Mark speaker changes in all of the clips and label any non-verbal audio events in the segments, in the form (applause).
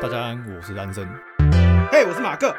Speaker 1: 大家安，我是安生。
Speaker 2: 嘿我是马克。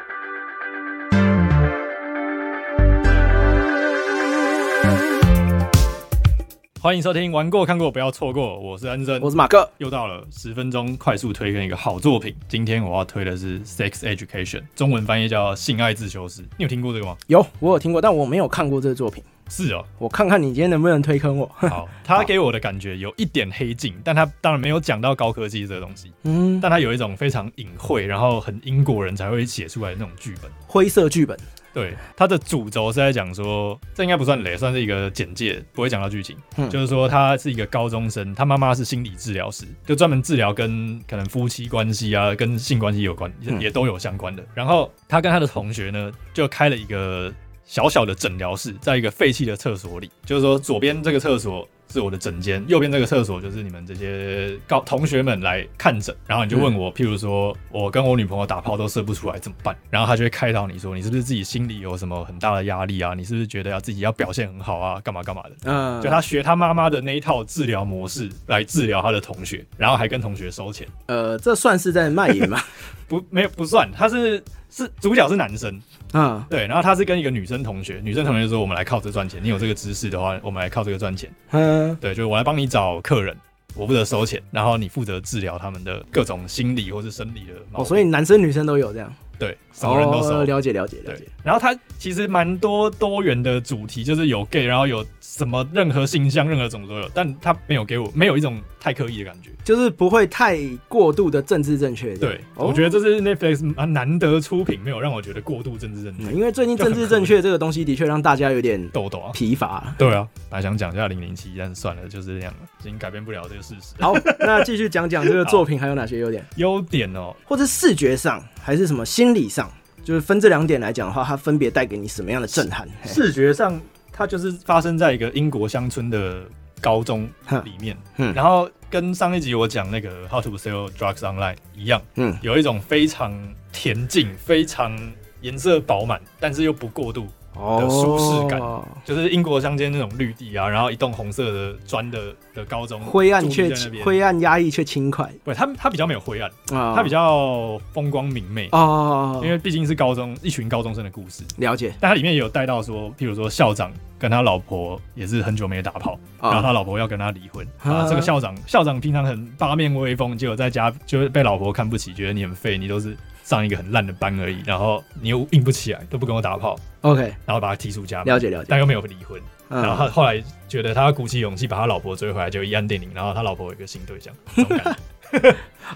Speaker 1: 欢迎收听《玩过看过不要错过》，我是安生，
Speaker 3: 我是马克。
Speaker 1: 又到了十分钟快速推荐一个好作品。今天我要推的是《Sex Education》，中文翻译叫《性爱自修室》。你有听过这个吗？
Speaker 3: 有，我有听过，但我没有看过这个作品。
Speaker 1: 是哦，
Speaker 3: 我看看你今天能不能推坑我。
Speaker 1: 好，它给我的感觉有一点黑镜，但它当然没有讲到高科技这个东西，
Speaker 3: 嗯，
Speaker 1: 但它有一种非常隐晦，然后很英国人才会写出来的那种剧本。
Speaker 3: 灰色剧本，
Speaker 1: 对，它的主轴是在讲说，这应该不算雷，算是一个简介，不会讲到剧情。
Speaker 3: 嗯
Speaker 1: 就是说，他是一个高中生，他妈妈是心理治疗师，就专门治疗跟可能夫妻关系啊、跟性关系有关，也
Speaker 3: 嗯
Speaker 1: 也都有相关的。然后他跟他的同学呢，就开了一个小小的诊疗室，在一个废弃的厕所里。就是说，左边这个厕所是我的诊间，右边这个厕所就是你们这些高同学们来看诊。然后你就问我，譬如说我跟我女朋友打炮都射不出来怎么办？然后他就会开导你说，你是不是自己心里有什么很大的压力啊？你是不是觉得要自己要表现很好啊？干嘛干嘛的？
Speaker 3: 嗯、
Speaker 1: 就他学他妈妈的那一套治疗模式来治疗他的同学，然后还跟同学收钱，
Speaker 3: 呃，这算是在卖
Speaker 1: (laughs)
Speaker 3: 淫吧？
Speaker 1: 不没有不算，他是是主角是男生，
Speaker 3: 嗯
Speaker 1: 对，然后他是跟一个女生同学，女生同学说我们来靠这赚钱，你有这个知识的话，我们来靠这个赚钱，
Speaker 3: 嗯
Speaker 1: 对，就是我来帮你找客人，我负责收钱，然后你负责治疗他们的各种心理或是生理的毛病，
Speaker 3: 哦，所以男生女生都有这样，
Speaker 1: 对，什么人都收
Speaker 3: 哦，了解了解了
Speaker 1: 对
Speaker 3: 解。，
Speaker 1: 然后它其实蛮多多元的主题，就是有 gay，然后有什么任何性向、任何种族都有，但它没有给我没有一种太刻意的感觉。
Speaker 3: 就是不会太过度的政治正确。
Speaker 1: 对，
Speaker 3: 哦
Speaker 1: 我觉得这是 Netflix 蛮难得出品，没有让我觉得过度政治正
Speaker 3: 嗯
Speaker 1: 确。
Speaker 3: 因为最近政治正确这个东西的确让大家有点
Speaker 1: 豆豆啊，
Speaker 3: 疲乏。
Speaker 1: (laughs) 对啊，本来想讲一下零零七，但是算了，就是这样了，已经改变不了这个事实。
Speaker 3: 好，那继续讲讲这个作品还有哪些优点，
Speaker 1: 优点哦，
Speaker 3: 或者视觉上还是什么心理上，就是分这两点来讲的话，它分别带给你什么样的震撼？嘿
Speaker 1: 视觉上它就是发生在一个英国乡村的高中里面，
Speaker 3: 哼嗯
Speaker 1: 然后跟上一集我讲那个 How to Sell Drugs Online 一样，
Speaker 3: 嗯
Speaker 1: 有一种非常恬静、非常颜色饱满，但是又不过度。
Speaker 3: 哦
Speaker 1: 舒适感就是英国乡间那种绿地啊，然后一栋红色的砖的的高中，
Speaker 3: 灰暗却
Speaker 1: 伫立在那边
Speaker 3: 灰暗压抑却轻快
Speaker 1: 不，它它比较没有灰暗，
Speaker 3: 啊，
Speaker 1: 它比较风光明媚，
Speaker 3: 哦，
Speaker 1: 因为毕竟是高中一群高中生的故事。
Speaker 3: 了解
Speaker 1: 但它里面也有带到说，譬如说校长跟他老婆也是很久没打炮，然后
Speaker 3: 啊
Speaker 1: 他老婆要跟他离婚
Speaker 3: 啊
Speaker 1: 啊。这个校长校长平常很八面威风，结果在家就会被老婆看不起，觉得你很废，你都是上一个很烂的班而已，然后你又硬不起来，都不跟我打炮，
Speaker 3: ，OK，
Speaker 1: 然后把他踢出家门，
Speaker 3: 了解了解，
Speaker 1: 但又没有离婚。然后
Speaker 3: 嗯，
Speaker 1: 他后来觉得他鼓起勇气把他老婆追回来，就一按电铃，然后他老婆有一个新对象，这种感觉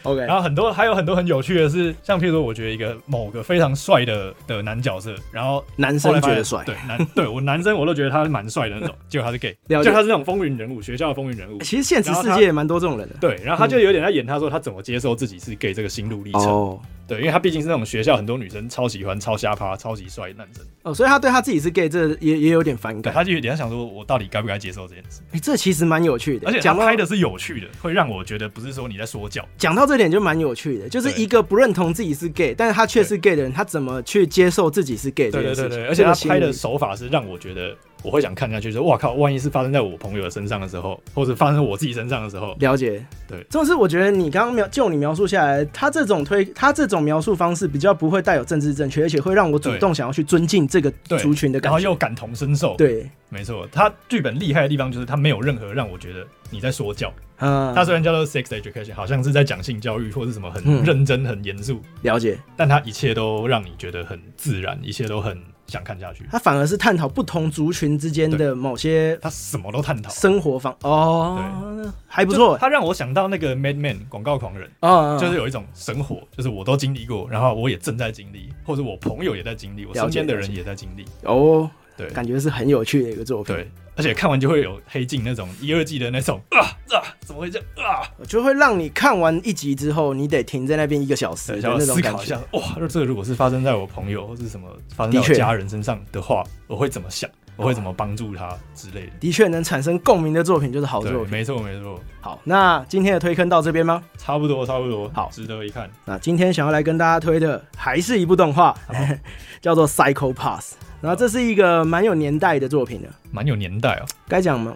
Speaker 3: OK，
Speaker 1: 然后很多还有很多很有趣的是，像譬如说，我觉得一个某个非常帅的的男角色，然后
Speaker 3: 男
Speaker 1: 后
Speaker 3: 生
Speaker 1: 来发
Speaker 3: 觉
Speaker 1: 现
Speaker 3: 得帅，
Speaker 1: 对男 (laughs) 对我男生我都觉得他蛮帅的那种，结果他是 gay，
Speaker 3: 了
Speaker 1: 就
Speaker 3: 解
Speaker 1: 他是那种风云人物，学校的风云
Speaker 3: (laughs)
Speaker 1: 人物。
Speaker 3: 其实现实世界也蛮多这种人的
Speaker 1: 对，然后他就有点在演他说他怎么接受自己是 gay 这个心路历程。
Speaker 3: 哦
Speaker 1: 对，因为他毕竟是那种学校很多女生超喜欢、超瞎趴、超级帅的男生，
Speaker 3: 哦，所以他对他自己是 gay，这也也有点反
Speaker 1: 对，
Speaker 3: 感，
Speaker 1: 他就有点在想说，我到底该不该接受这件事？
Speaker 3: 哎这其实蛮有趣的，
Speaker 1: 而且他
Speaker 3: 讲到
Speaker 1: 拍的是有趣的，会让我觉得不是说你在说教。
Speaker 3: 讲到这点就蛮有趣的，就是一个不认同自己是 gay，但是他却是 gay 的人，他怎么去接受自己是 gay
Speaker 1: 对
Speaker 3: 这件
Speaker 1: 对
Speaker 3: 事
Speaker 1: 对
Speaker 3: 情？
Speaker 1: 对，而且他
Speaker 3: 这个
Speaker 1: 拍的
Speaker 3: 心理
Speaker 1: 手法是让我觉得我会想看下去，说哇靠，万一是发生在我朋友的身上的时候，或者发生在我自己身上的时候，
Speaker 3: 了解，
Speaker 1: 对
Speaker 3: 这种是我觉得你刚刚描就你描述下来，他这种推他这种描述方式比较不会带有政治正确，而且会让我主动想要去尊敬这个
Speaker 1: 对
Speaker 3: 族群的
Speaker 1: 然
Speaker 3: 感
Speaker 1: 后
Speaker 3: 觉。
Speaker 1: 又感同身受。，
Speaker 3: 对，
Speaker 1: 没错，他剧本厉害的地方就是他没有任何让我觉得你在说教。
Speaker 3: 嗯，
Speaker 1: 他虽然叫做 sex education，好像是在讲性教育或是什么很
Speaker 3: 嗯
Speaker 1: 认真、很严肃，
Speaker 3: 了解，
Speaker 1: 但他一切都让你觉得很自然，一切都很想看下去。
Speaker 3: 他反而是探讨不同族群之间的某些
Speaker 1: 他什么都探讨，
Speaker 3: 生活方哦，还不错
Speaker 1: 就他让我想到那个 Mad Men 广告狂人。
Speaker 3: 哦，
Speaker 1: 就是有一种生活，就是我都经历过，然后我也正在经历，或者我朋友也在经历，我身边的人也在经历。
Speaker 3: 哦，
Speaker 1: 对
Speaker 3: 感觉是很有趣的一个作品，
Speaker 1: 对，而且看完就会有黑镜那种一二季的那种啊 (laughs) 啊，怎么会这样啊？
Speaker 3: 就会让你看完一集之后，你得停在那边一个小时
Speaker 1: 等一
Speaker 3: 的
Speaker 1: 下，我
Speaker 3: 那种
Speaker 1: 思
Speaker 3: 感
Speaker 1: 考一
Speaker 3: 觉
Speaker 1: 下。，哇，这如果是发生在我朋友或是什么发生在我
Speaker 3: 的确
Speaker 1: 家人身上的话， (laughs) 我会怎么想？我会怎么帮助他之类的？
Speaker 3: 的确能产生共鸣的作品就是好
Speaker 1: 对
Speaker 3: 作，品。
Speaker 1: 没错没错，
Speaker 3: 好，那今天的推坑到这边吗？
Speaker 1: 差不多差不多，
Speaker 3: 好
Speaker 1: 值得一看。
Speaker 3: 那今天想要来跟大家推的还是一部动画， (laughs) 叫做《Psycho Pass》。然后这是一个蛮有年代的作品的，
Speaker 1: 蛮有年代哦，
Speaker 3: 该讲吗？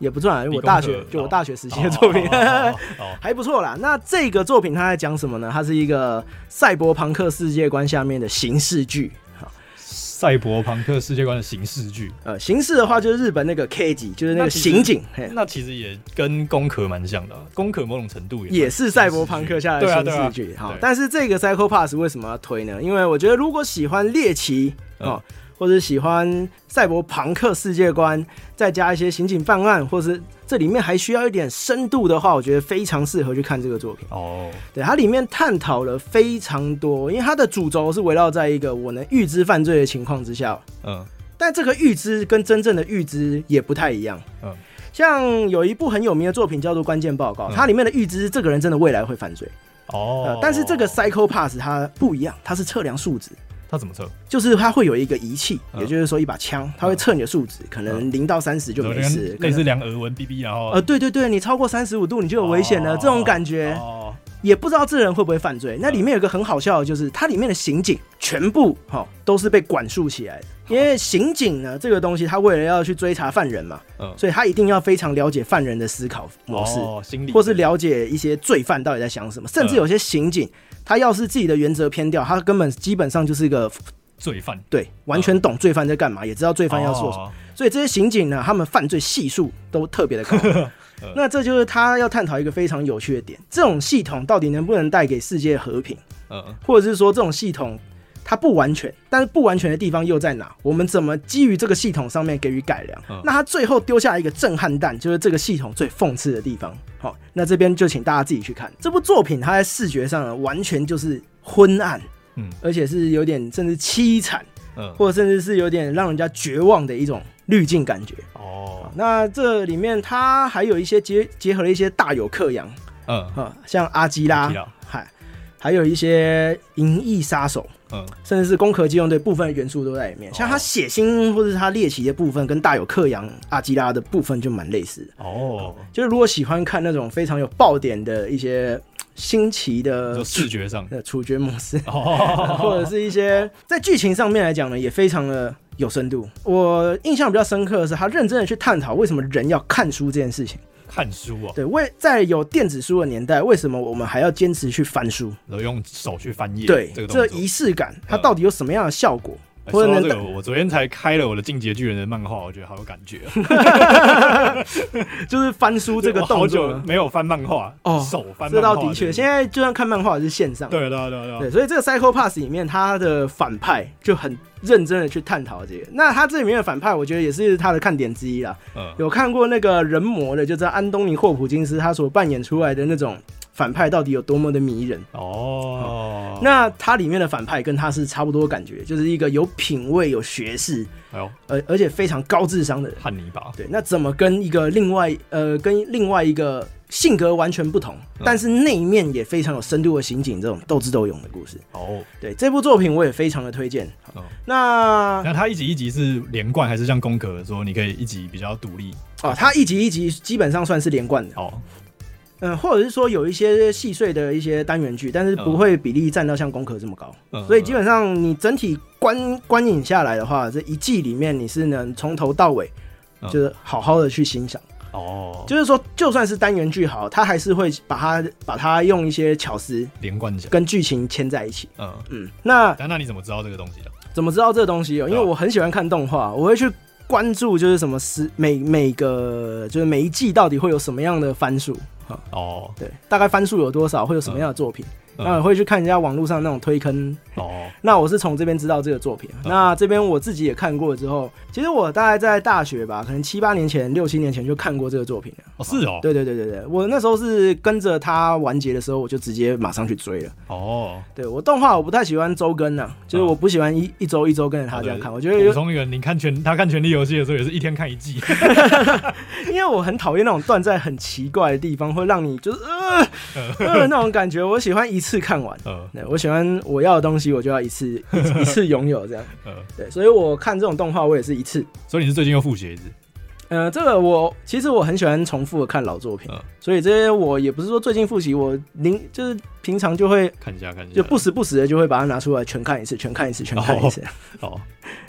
Speaker 3: 也不算啊，因为我
Speaker 1: 理工科
Speaker 3: 大学就我
Speaker 1: 哦
Speaker 3: 大学时期的作品
Speaker 1: 哦，哦哦哦
Speaker 3: (laughs) 还不错啦。那这个作品它在讲什么呢？它是一个赛博朋克世界观下面的刑事剧。好
Speaker 1: 赛博朋克世界观的形式剧，
Speaker 3: 呃，刑事的话就是日本那个 K 级，就是那个
Speaker 1: 那其实
Speaker 3: 刑警，嘿
Speaker 1: 那其实也跟工壳蛮像的啊、工壳某种程度也
Speaker 3: 也是赛博朋克下的
Speaker 1: 对啊
Speaker 3: 新
Speaker 1: 对啊
Speaker 3: 视剧。好
Speaker 1: 对，
Speaker 3: 但是这个 Psycho Pass 为什么要推呢？因为我觉得如果喜欢猎奇
Speaker 1: 嗯
Speaker 3: 哦，或者喜欢赛博朋克世界观，再加一些刑警犯案，或是这里面还需要一点深度的话，我觉得非常适合去看这个作品。
Speaker 1: 哦，
Speaker 3: 对，它里面探讨了非常多，因为它的主轴是围绕在一个我能预知犯罪的情况之下，
Speaker 1: 嗯
Speaker 3: 但这个预知跟真正的预知也不太一样。
Speaker 1: 嗯，
Speaker 3: 像有一部很有名的作品叫做《关键报告》，
Speaker 1: 嗯
Speaker 3: 它里面的预知是这个人真的未来会犯罪，
Speaker 1: 哦
Speaker 3: 呃，，但是这个 Psycho Pass 它不一样，它是测量数值，
Speaker 1: 他怎么测？
Speaker 3: 就是它会有一个仪器，
Speaker 1: 嗯
Speaker 3: 也就是说一把枪，它会测你的数值，可能零到三十就没事，可
Speaker 1: 类
Speaker 3: 能
Speaker 1: 似量额温 BB，然后
Speaker 3: 呃，对对对，你超过三十五度你就有危险了，这种感觉
Speaker 1: 哦，嗯
Speaker 3: 也不知道这人会不会犯罪。那里面有一个很好笑的，就是它里面的刑警全部哈、哦、都是被管束起
Speaker 1: 哦
Speaker 3: 来的，因为刑警呢这个东西，他为了要去追查犯人嘛，
Speaker 1: 嗯，
Speaker 3: 所以他一定要非常了解犯人的思考模式，
Speaker 1: 哦心理
Speaker 3: 或是了解一些罪犯到底在想什么。甚至有些刑警，他要是自己的原则偏掉，他根本基本上就是一个
Speaker 1: 罪犯哦
Speaker 3: 对完全懂罪犯在干嘛，也知道
Speaker 1: 罪
Speaker 3: 罪犯要做什么。所以这些刑警呢，他们犯罪系数都特别的高
Speaker 1: 嗯。
Speaker 3: 那这就是他要探讨一个非常有趣的点：这种系统到底能不能带给世界和平，
Speaker 1: 嗯
Speaker 3: 或者是说这种系统它不完全，但是不完全的地方又在哪？我们怎么基于这个系统上面给予改良？
Speaker 1: 嗯
Speaker 3: 那他最后丢下一个震撼弹，就是这个系统最讽刺的地方。好，那这边就请大家自己去看这部作品，它在视觉上呢，完全就是昏暗，
Speaker 1: 嗯
Speaker 3: 而且是有点甚至凄惨，
Speaker 1: 嗯，
Speaker 3: 或者甚至是有点让人家绝望的一种滤镜感觉。
Speaker 1: 哦，
Speaker 3: 那这里面它还有一些结结合了一些大有克洋
Speaker 1: 嗯
Speaker 3: 啊，像阿基
Speaker 1: 阿
Speaker 3: 拉
Speaker 1: 基拉，
Speaker 3: 还还有一些银翼杀手，
Speaker 1: 嗯
Speaker 3: 甚至是攻壳机动队部分元素都在里
Speaker 1: 哦
Speaker 3: 面。像它血腥或者是它猎奇的部分，跟大有克洋、阿基拉的部分就蛮类似的。
Speaker 1: 哦，
Speaker 3: 就是如果喜欢看那种非常有爆点的一些新奇的
Speaker 1: 就视觉上
Speaker 3: 呃处决模式，
Speaker 1: 哦，
Speaker 3: (laughs) 或者是一些在剧情上面来讲呢，也非常的有深度。我印象比较深刻的是，他认真的去探讨为什么人要看书这件事情。
Speaker 1: 看书哦，
Speaker 3: 对，为在有电子书的年代，为什么我们还要坚持去翻书？
Speaker 1: 然后用手去翻页，
Speaker 3: 对
Speaker 1: 这个，
Speaker 3: 这
Speaker 1: 动作。嗯
Speaker 3: 仪式感，它到底有什么样的效果？
Speaker 1: 哎
Speaker 3: 或
Speaker 1: 说
Speaker 3: 者
Speaker 1: 到
Speaker 3: 能
Speaker 1: 这个，我昨天才开了我的《进击的巨人》的漫画，我觉得好有感觉啊。
Speaker 3: 就是翻书 (laughs) 这个
Speaker 1: 我
Speaker 3: 动
Speaker 1: 好
Speaker 3: 作
Speaker 1: 久
Speaker 3: 呢，
Speaker 1: 没有翻漫画
Speaker 3: 哦
Speaker 1: 手翻漫画
Speaker 3: 这倒的确，现
Speaker 1: 在
Speaker 3: 在就算看漫画也是线上。
Speaker 1: 对对啊对对
Speaker 3: 对，
Speaker 1: 对，
Speaker 3: 所以这个 Psycho Pass 里面，他的反派就很认真的去探讨这个。那他这里面的反派，我觉得也是他的看点之一啦。
Speaker 1: 嗯
Speaker 3: 有看过那个人魔的，就知道安东尼·霍普金斯他所扮演出来的那种反派到底有多么的迷人。
Speaker 1: 哦，
Speaker 3: 那他里面的反派跟他是差不多感觉，就是一个有品味、有学识，
Speaker 1: 哎呦，
Speaker 3: 而而且非常高智商的人。
Speaker 1: 汉尼拔，
Speaker 3: 对，那怎么跟一个另外呃跟另外一个性格完全不同，
Speaker 1: 嗯
Speaker 3: 但是内面也非常有深度的刑警这种斗智斗勇的故事？
Speaker 1: 哦，
Speaker 3: 对，这部作品我也非常的推荐。
Speaker 1: 哦
Speaker 3: 那
Speaker 1: 那它一集一集是连贯，还是像宫壳说你可以一集比较独立？
Speaker 3: 哦，它一集一集基本上算是连贯的。
Speaker 1: 哦，
Speaker 3: 嗯，或者是说有一些细碎的一些单元剧，但是不会比例占到像功课这么高，
Speaker 1: 嗯
Speaker 3: 所以基本上你整体观观影下来的话，这一季里面你是能从头到尾
Speaker 1: 嗯
Speaker 3: 就是好好的去欣赏。
Speaker 1: 哦，就
Speaker 3: 就是说，就算是单元剧好，它还是会把它把它用一些巧思
Speaker 1: 连贯起来。
Speaker 3: 跟剧情牵在一起。
Speaker 1: 嗯，
Speaker 3: 嗯，那
Speaker 1: 但那你怎么知道这个东西的？
Speaker 3: 怎么知道这个东西哦？因为
Speaker 1: 啊
Speaker 3: 我很喜欢看动画，我会去关注就是什么是每每个就是每一季到底会有什么样的番数。好
Speaker 1: 哦，
Speaker 3: 对，大概番数有多少，会有什么样的作品？
Speaker 1: 嗯
Speaker 3: 那我会去看人家网络上那种推坑。
Speaker 1: 哦，
Speaker 3: 那我是从这边知道这个作品。
Speaker 1: 嗯
Speaker 3: 那这边我自己也看过之后，其实我大概在大学吧，可能七八年前、六七年前就看过这个作品了。
Speaker 1: 哦是哦，
Speaker 3: 对对对对对，我那时候是跟着它完结的时候，我就直接马上去追了。
Speaker 1: 哦，
Speaker 3: 对我动画我不太喜欢周更啊，就是
Speaker 1: 嗯
Speaker 3: 我不喜欢一一周一周跟着
Speaker 1: 好
Speaker 3: 它这样看，我觉得
Speaker 1: 补
Speaker 3: 有，
Speaker 1: 充一个，你看权他看《权力游戏》的时候也是一天看一季，
Speaker 3: (laughs)
Speaker 1: (laughs)
Speaker 3: 因为我很讨厌那种断在很奇怪的地方，会让你就是呃呃那种感觉。我喜欢一次看完。
Speaker 1: 呃
Speaker 3: 对，我喜欢我要的东西，我就要一次一次一次拥有这样。
Speaker 1: 呃，
Speaker 3: 对，所以我看这种动画，我也是一次。
Speaker 1: 所以你是最近又复习一次，
Speaker 3: 呃，这个我其实我很喜欢重复的看老作品，
Speaker 1: 嗯
Speaker 3: 所以这些我也不是说最近复习，我临就是平常就会
Speaker 1: 看一下看一下，
Speaker 3: 就不时不时的就会把它拿出来全看一次，全看一次，全看一次。
Speaker 1: 哦，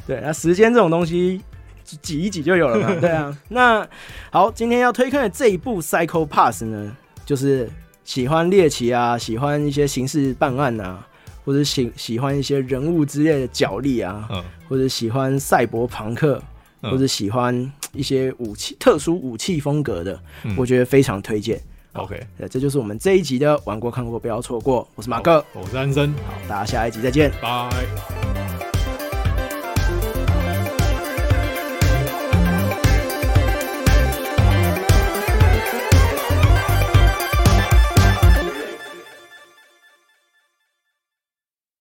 Speaker 3: 对，那时间这种东西挤一挤就有了
Speaker 1: (laughs)
Speaker 3: 嘛。对啊，那好，今天要推坑的这一部《Psycho Pass》呢，就是喜欢猎奇啊，喜欢一些刑事办案啊，或者喜喜欢一些人物之类的角力啊，
Speaker 1: 嗯，
Speaker 3: 或者喜欢赛博朋克，
Speaker 1: 嗯
Speaker 3: 或者喜欢一些武器特殊武器风格的，
Speaker 1: 嗯
Speaker 3: 我觉得非常推荐。
Speaker 1: OK，
Speaker 3: 呃，这就是我们这一集的玩过看过，不要错过。我是马哥，
Speaker 1: 我是安生，
Speaker 3: 好，大家下一集再见。
Speaker 1: 拜。